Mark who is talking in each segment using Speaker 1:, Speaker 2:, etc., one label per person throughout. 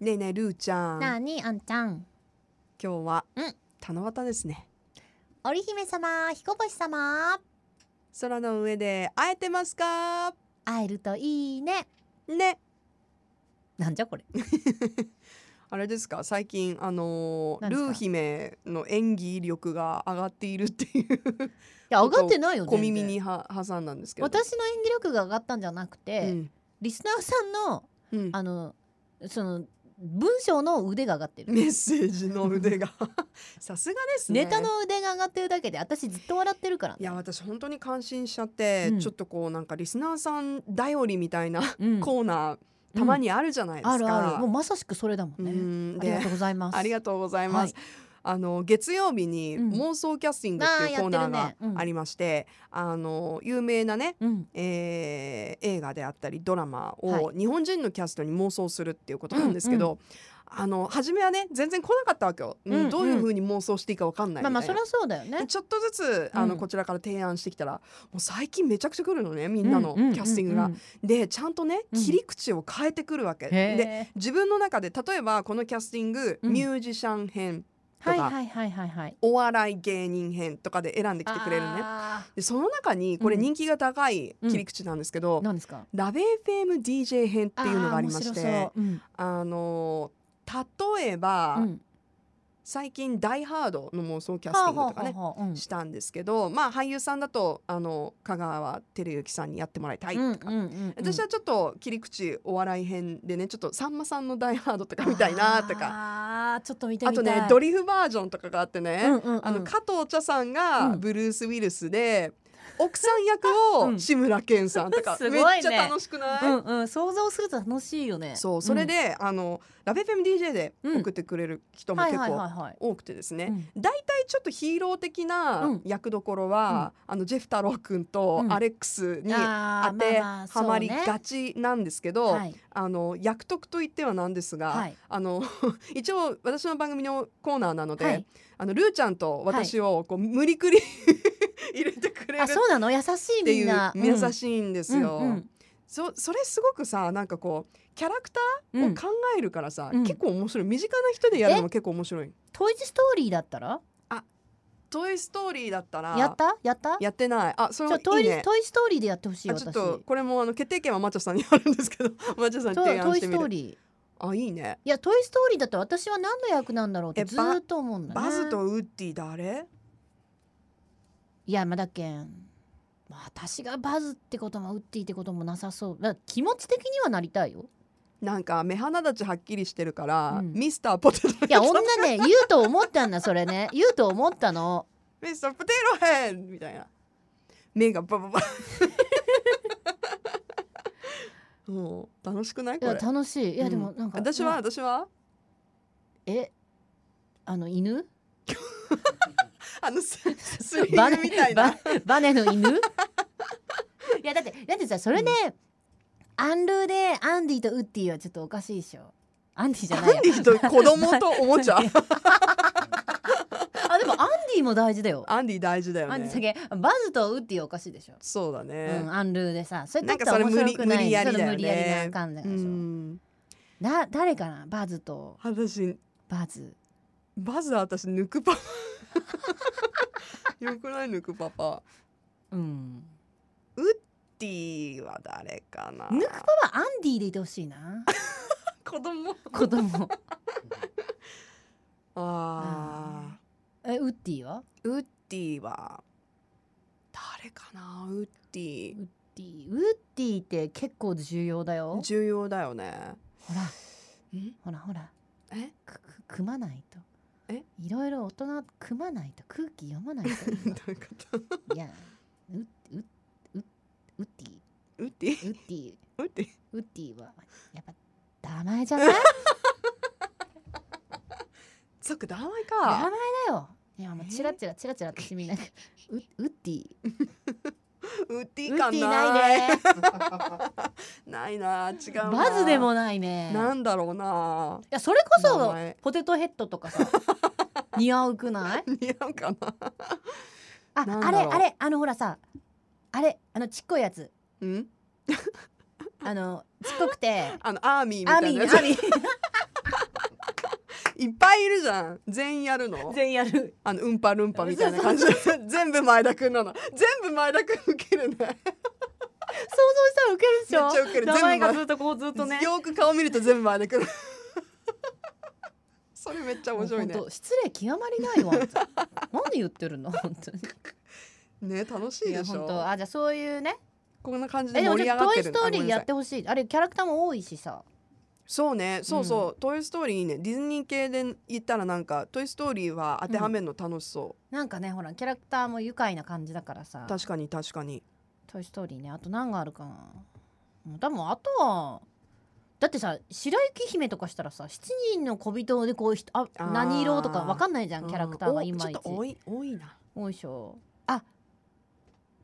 Speaker 1: ねえねえルーちゃん
Speaker 2: なあ
Speaker 1: 今
Speaker 2: にあんちゃん
Speaker 1: 日は、
Speaker 2: うん
Speaker 1: 七夕ですね
Speaker 2: 織姫様彦星様
Speaker 1: 空の上で会えてますか
Speaker 2: 会えるといいね
Speaker 1: ね
Speaker 2: なんじゃこれ
Speaker 1: あれですか最近あのー
Speaker 2: 何
Speaker 1: ル
Speaker 2: ですか
Speaker 1: ー姫の演技力が上がっているっていう
Speaker 2: いや上がってないよ
Speaker 1: 小
Speaker 2: 全然
Speaker 1: 耳には挟んだんですけど
Speaker 2: 私の演技力が上がったんじゃなくて、
Speaker 1: うん
Speaker 2: リスナーさんの
Speaker 1: うん
Speaker 2: あのその文章の腕が上がってる、
Speaker 1: メッセージの腕が さすがですね
Speaker 2: ネタの腕が上がってるだけで私ずっと笑ってるから
Speaker 1: いや私本当に感心しちゃって、
Speaker 2: うん
Speaker 1: ちょっとこうなんかリスナーさん頼りみたいな
Speaker 2: うん
Speaker 1: コーナーたまにあるじゃないですか、
Speaker 2: あるあるもうまさしくそれだもん
Speaker 1: う
Speaker 2: ね、
Speaker 1: ん
Speaker 2: あり
Speaker 1: で
Speaker 2: がとうございます
Speaker 1: ありがとうございます。あの月曜日に
Speaker 2: うん
Speaker 1: 妄想キャスティングっていう
Speaker 2: あー
Speaker 1: コーナー
Speaker 2: やっ
Speaker 1: が
Speaker 2: てるねうん
Speaker 1: ありまして、あの有名なね。
Speaker 2: うん
Speaker 1: えー映画であったりドラマを
Speaker 2: は
Speaker 1: 日本人のキャストに妄想するっていうことなんですけど、あの初めはね全然来なかったわけよ、うん
Speaker 2: うん
Speaker 1: どういうふうに妄想していいかわかんないみ
Speaker 2: ま
Speaker 1: た
Speaker 2: あ
Speaker 1: いな、
Speaker 2: まあそりゃそうだよね
Speaker 1: ちょっとずつあの、
Speaker 2: うん
Speaker 1: こちらから提案してきたらもう最近めちゃくちゃ来るのねみんなの
Speaker 2: うう
Speaker 1: キャスティングが。
Speaker 2: うんうん
Speaker 1: でちゃんとね
Speaker 2: うん
Speaker 1: 切り口を変えてくるわけ、
Speaker 2: へー
Speaker 1: で自分の中で例えばこのキャスティング、
Speaker 2: うん
Speaker 1: ミュージシャン編とか、
Speaker 2: はいはいはいはいはい
Speaker 1: お笑い芸人編とかで選んできてくれるね
Speaker 2: あ
Speaker 1: でその中にこれ
Speaker 2: うん
Speaker 1: 人気が高い切り口なんですけど、
Speaker 2: ーなんですかっ
Speaker 1: ラベ FMDJ 編っていうのがありましてあ、
Speaker 2: うん
Speaker 1: の例えば、
Speaker 2: うん
Speaker 1: 最近「ダイ・ハード」の妄想キャスティングとかね
Speaker 2: はあはあはあはあうん
Speaker 1: したんですけど、まあ、俳優さんだとあの香川照之さんにやってもらいたいとか、
Speaker 2: うんうんうんうん
Speaker 1: 私はちょっと切り口お笑い編でねちょっとさんまさんの「ダイ・ハード」とか見たいなとか
Speaker 2: あーちょっと見て
Speaker 1: あ
Speaker 2: みた
Speaker 1: と
Speaker 2: い
Speaker 1: ねドリフバージョンとかがあってね、
Speaker 2: うんうんうん
Speaker 1: あの加藤茶さんが
Speaker 2: うん
Speaker 1: ブルース・ウィルス で、奥さん役
Speaker 2: う
Speaker 1: を
Speaker 2: ん
Speaker 1: 志村けんさんとか、
Speaker 2: すご
Speaker 1: め
Speaker 2: いね
Speaker 1: っちゃ楽しくない、
Speaker 2: うんうん想像すると楽しいよね
Speaker 1: そうそれで、あのラベフェム DJ で送ってくれる人
Speaker 2: うん
Speaker 1: も
Speaker 2: はい
Speaker 1: 結
Speaker 2: はい
Speaker 1: 構
Speaker 2: はいはい
Speaker 1: 多くてですね、
Speaker 2: うん
Speaker 1: 大体ちょっとヒーロー的
Speaker 2: う
Speaker 1: なん役どころは、あのジェフ太郎君と
Speaker 2: うん
Speaker 1: アレックスに
Speaker 2: あ
Speaker 1: 当
Speaker 2: ー
Speaker 1: て
Speaker 2: まあまあ
Speaker 1: は
Speaker 2: そうね
Speaker 1: まりがちなんですけど、
Speaker 2: はい
Speaker 1: あの役得と言ってはなんですが、
Speaker 2: はい
Speaker 1: あの 一応私の番組のコーナーなので、
Speaker 2: はい
Speaker 1: あのルーちゃんと私をこう無理くり 入れてくれる
Speaker 2: あ
Speaker 1: っ
Speaker 2: そうなの優しい
Speaker 1: て
Speaker 2: み
Speaker 1: い
Speaker 2: んな
Speaker 1: う優
Speaker 2: い
Speaker 1: しいんですよ。
Speaker 2: うん
Speaker 1: そそれすごくさなんかこうキャラクタ
Speaker 2: うんう
Speaker 1: ーを
Speaker 2: ん
Speaker 1: 考えるからさ、
Speaker 2: うん
Speaker 1: 結構面白い身近な人でやるのも結構面白い。
Speaker 2: トイズストーリーだったら
Speaker 1: トイストーリーだったら
Speaker 2: やったやった
Speaker 1: やってない。あ、それ
Speaker 2: ちょト
Speaker 1: もい
Speaker 2: イ
Speaker 1: いね。
Speaker 2: トイストーリーでやってほしい
Speaker 1: あ
Speaker 2: 私
Speaker 1: ちょっ
Speaker 2: そ
Speaker 1: と
Speaker 2: う
Speaker 1: これもあの決定権はマチョさんにあるんですけど、マチョさんに提
Speaker 2: ト
Speaker 1: 案
Speaker 2: イ
Speaker 1: して
Speaker 2: ス
Speaker 1: み
Speaker 2: トー
Speaker 1: る。
Speaker 2: リー
Speaker 1: あ、いいね。
Speaker 2: いやトイストーリーだったら私は何の役なんだろうって
Speaker 1: え
Speaker 2: ずーっと思うんだね
Speaker 1: バズとウッディ誰？
Speaker 2: いやまだけんまあ私がバズってこともウッディってこともなさそうだから気持ち的にはなりた いよ
Speaker 1: なんか目鼻立ちはっきりしてるから、
Speaker 2: うん
Speaker 1: ミスターポテトヘッド。
Speaker 2: いや女ね言うと思ったんだそれね言うと思ったの
Speaker 1: ミスターポテトヘッドみたいな。目がババ バ。もう楽しくない
Speaker 2: い
Speaker 1: こ
Speaker 2: や
Speaker 1: れ。
Speaker 2: 楽しいいやでも
Speaker 1: うん
Speaker 2: なんか、
Speaker 1: 私は私は
Speaker 2: えあ の犬
Speaker 1: あのススリングみたいな。
Speaker 2: ババネの犬 いやだってだってさそれで、アンルーでアンディとウッディはちょっとおかしいでしょアンディじゃ
Speaker 1: アン
Speaker 2: ないや
Speaker 1: ディと子供とおも ちゃ。
Speaker 2: あでもアンディも大事だよ
Speaker 1: アンディ大事だよ
Speaker 2: アンディ
Speaker 1: ね。
Speaker 2: だけバズとウッディはおかしいでしょ
Speaker 1: そうだね。
Speaker 2: うん、アンルーでさそれ
Speaker 1: なん
Speaker 2: だっ
Speaker 1: か
Speaker 2: た
Speaker 1: それ
Speaker 2: ら面白くな
Speaker 1: 無理無
Speaker 2: い
Speaker 1: 理やりだよね
Speaker 2: それ無理やりなあかんでしょ、
Speaker 1: うん
Speaker 2: だ誰かなバズと
Speaker 1: 私
Speaker 2: バズ
Speaker 1: バズ私抜く パパよくない抜くパパ
Speaker 2: うん
Speaker 1: ティは誰かな
Speaker 2: 抜くパパアンディでいてほし いな
Speaker 1: 子供
Speaker 2: 子供
Speaker 1: あ
Speaker 2: えウッディは
Speaker 1: ーウッディは誰かなウッディ
Speaker 2: ウッディウッディって結構重要だよ
Speaker 1: 重要だよね
Speaker 2: ほら
Speaker 1: ん
Speaker 2: ほらほら
Speaker 1: え
Speaker 2: くく組まないと
Speaker 1: え
Speaker 2: いろいろ大人組まないと空気読ま ないと
Speaker 1: どういうこと
Speaker 2: いやウッウッウッウッディ
Speaker 1: ウッディ
Speaker 2: ウッディ
Speaker 1: ウッディ
Speaker 2: ウッディはやっぱ名前じゃない
Speaker 1: そっか名前
Speaker 2: 名前
Speaker 1: か
Speaker 2: だよ。いやもうチラチラチラチラ私みんなウウッディ
Speaker 1: ウッデ
Speaker 2: ウ
Speaker 1: ィか
Speaker 2: ッディ
Speaker 1: な
Speaker 2: ないね。
Speaker 1: ないな違うな
Speaker 2: バズでもないね。
Speaker 1: ないんだろうな
Speaker 2: やそれこ
Speaker 1: 名
Speaker 2: そ
Speaker 1: 前
Speaker 2: ポテトヘッドと かさ似合うくない？
Speaker 1: 似合うかな
Speaker 2: あ
Speaker 1: なんだ
Speaker 2: あれ
Speaker 1: ろう
Speaker 2: あれあのほらさあれあのちっこいやつ
Speaker 1: うん
Speaker 2: あのちっこくて
Speaker 1: あのアーミーみ
Speaker 2: ア
Speaker 1: た
Speaker 2: ミ
Speaker 1: いなや
Speaker 2: ア
Speaker 1: つ
Speaker 2: ミ
Speaker 1: いるじゃん全員やるの
Speaker 2: 全員やる
Speaker 1: あのうんぱるんぱみたいな感じで全部前田くんなの全部前田くん受けるね
Speaker 2: 想像したらウケるでしょ
Speaker 1: めっちゃウケる
Speaker 2: 名前
Speaker 1: 全部
Speaker 2: が
Speaker 1: ま
Speaker 2: ずっとこうずっとね
Speaker 1: よく顔見ると全部前田くん それめっちゃ面白いね
Speaker 2: もうほんと失礼極まり ないわ何言ってるの本当に
Speaker 1: ね楽しい
Speaker 2: いや
Speaker 1: でし
Speaker 2: 本当
Speaker 1: ょ
Speaker 2: あじゃあそういうね
Speaker 1: こんな感じで
Speaker 2: えでも
Speaker 1: 盛り
Speaker 2: ちょ
Speaker 1: 上
Speaker 2: っ
Speaker 1: がって
Speaker 2: と「トイ・
Speaker 1: る
Speaker 2: ストーリー」やって
Speaker 1: て
Speaker 2: ほしいあれキャラクターも多いしさ
Speaker 1: そうねそうそう、トイ・ストーリーいいねディズニー系で言ったらなんかトイ・ストーリーは当てはめるの楽しそ
Speaker 2: なんかねほらキャラクターも愉快な感じだからさ
Speaker 1: う、確かに確かに
Speaker 2: トイ・ストーリーねあと何があるかなもう多分あとはだってさ白雪姫とかしたらさ7人の小人でこうひあ
Speaker 1: あー
Speaker 2: 何色とかわかんないじゃんキャラクターがいまい
Speaker 1: うん
Speaker 2: ち
Speaker 1: おちょっと多い多いな
Speaker 2: 多いでしょあ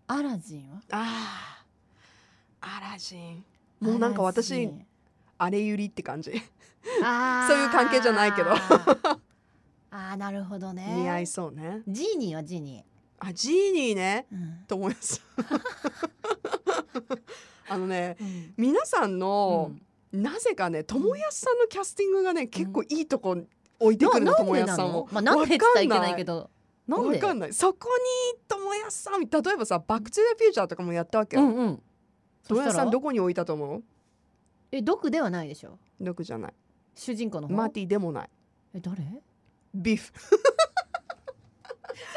Speaker 2: アラジンは
Speaker 1: あーアラジンもうなんか
Speaker 2: アラ
Speaker 1: 私
Speaker 2: ジン
Speaker 1: あれゆりって感じ
Speaker 2: あー
Speaker 1: そういう関係じゃないけど
Speaker 2: あーなるほどね
Speaker 1: 似合いそうね
Speaker 2: ジーニーはジーニ
Speaker 1: あジーニーね
Speaker 2: ー、うん
Speaker 1: と思います あのね
Speaker 2: うん
Speaker 1: 皆さんの
Speaker 2: う、ん
Speaker 1: なぜかね友安さんのキャスティングがね、結構いいとこ置いて
Speaker 2: な
Speaker 1: くるの
Speaker 2: なん
Speaker 1: 友
Speaker 2: で
Speaker 1: 安
Speaker 2: な
Speaker 1: さん
Speaker 2: の
Speaker 1: を、
Speaker 2: まあ、なんでって言ったらいけないけどなん
Speaker 1: わ
Speaker 2: で
Speaker 1: かんないそこに友安さん例えばさ「バック・トゥ・ザ・フューチャー」とかもやったわけ
Speaker 2: う
Speaker 1: よ、
Speaker 2: んうんそ
Speaker 1: 友
Speaker 2: した
Speaker 1: 安
Speaker 2: ら
Speaker 1: さんどこに置いたと思う
Speaker 2: え毒ではないでしょ
Speaker 1: 毒じゃない
Speaker 2: 主人公の方
Speaker 1: マーティでもない
Speaker 2: え誰
Speaker 1: ビーフ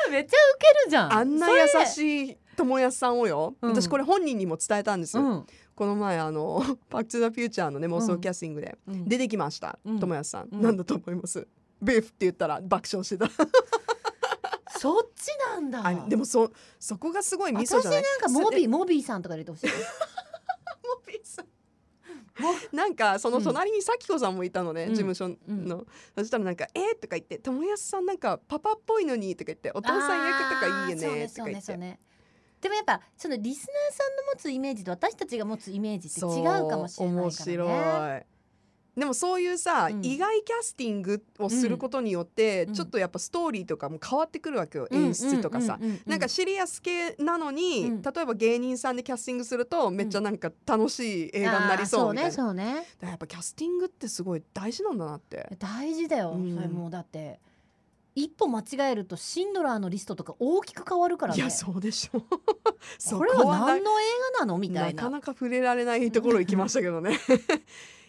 Speaker 2: めっちゃウケるじゃん
Speaker 1: あんな優しい友安さんをよ、
Speaker 2: うん
Speaker 1: 私これ本人にも伝えたんです
Speaker 2: う
Speaker 1: よ、
Speaker 2: ん
Speaker 1: この前あの 「バック・トゥ・ザ・フューチャー」のね妄想キャスティングで、
Speaker 2: うん
Speaker 1: 出てきました、
Speaker 2: うん
Speaker 1: 友安さん、
Speaker 2: うん
Speaker 1: なんだと思いますビーフって言ったら爆笑してた
Speaker 2: そっちなんだ
Speaker 1: あでもそそこがすごいミソ
Speaker 2: 私
Speaker 1: じゃない
Speaker 2: なんかモビ
Speaker 1: ー
Speaker 2: ーモビーさんとか入れてほしい
Speaker 1: モビーさんなんかその隣に咲子さんもいたのね、
Speaker 2: うん
Speaker 1: 事務所の、
Speaker 2: うん
Speaker 1: そしたらなんか「えーとか言って「友安さんなんかパパっぽいのに」とか言って「お父さん役とかいいよね」
Speaker 2: あー
Speaker 1: と
Speaker 2: そ
Speaker 1: か
Speaker 2: う
Speaker 1: 言
Speaker 2: ね
Speaker 1: っ
Speaker 2: そうねそう
Speaker 1: て。
Speaker 2: ねでもやっぱそのリスナーさんの持つイメージと私たちが持つイメージって
Speaker 1: そ
Speaker 2: 違うかもしれないからね
Speaker 1: 面白いでもそういうさ、
Speaker 2: うん
Speaker 1: 意外キャスティングをすることによって、
Speaker 2: うん
Speaker 1: ちょっとやっぱストーリーとかも変わってくるわけよ、
Speaker 2: うん
Speaker 1: 演出とかさ、
Speaker 2: うううう
Speaker 1: なんかシリアス系なのに、
Speaker 2: うん
Speaker 1: 例えば芸人さんでキャスティングするとめっちゃなんか楽しい映画になりそうみたいな、
Speaker 2: あーそうねそうね
Speaker 1: だからやっぱキャスティングってすごい大事なんだなって
Speaker 2: 大事だよ、
Speaker 1: うん
Speaker 2: それもうだって一歩間違えるとシンドラーのリストとか大きく変わるから
Speaker 1: い
Speaker 2: ね
Speaker 1: やそうでしょ そ
Speaker 2: これは
Speaker 1: な
Speaker 2: 何の映画なのみたい
Speaker 1: なか
Speaker 2: な
Speaker 1: なか触れられないところ行きましたけど ね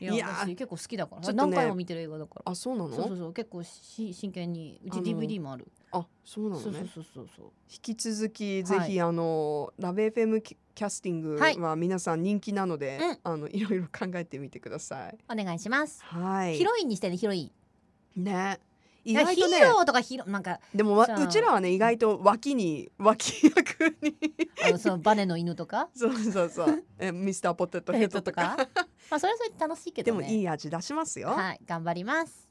Speaker 2: いや
Speaker 1: いや
Speaker 2: 私結構好きだから、
Speaker 1: ちょっとね
Speaker 2: 何回も見てる映画だから
Speaker 1: あそうなの
Speaker 2: そうそうそう結構し真剣にうち
Speaker 1: あの
Speaker 2: DVD もある
Speaker 1: あそうなのね
Speaker 2: そうそうそうそうそう
Speaker 1: 引き続きぜ
Speaker 2: は
Speaker 1: ひ、
Speaker 2: い
Speaker 1: あのラベ FM キャスティング
Speaker 2: はい
Speaker 1: は皆さん人気なので、
Speaker 2: うん
Speaker 1: あのいろいろ考えてみてください
Speaker 2: お願いします、
Speaker 1: はい
Speaker 2: ヒロインにしてねヒロイン
Speaker 1: ね意
Speaker 2: いや
Speaker 1: 外
Speaker 2: ヒ
Speaker 1: とね
Speaker 2: ーローとかヒロなんか
Speaker 1: でもわ
Speaker 2: じゃあ
Speaker 1: うちらはね意外と脇 に脇役に
Speaker 2: あのそのバネの犬とか
Speaker 1: そうそうそうえミスターポテトヘッドとか
Speaker 2: ヘッドとかまあそれはそれで楽しいけ
Speaker 1: で
Speaker 2: ど
Speaker 1: も
Speaker 2: ね
Speaker 1: いい味出しますよ
Speaker 2: はい頑張ります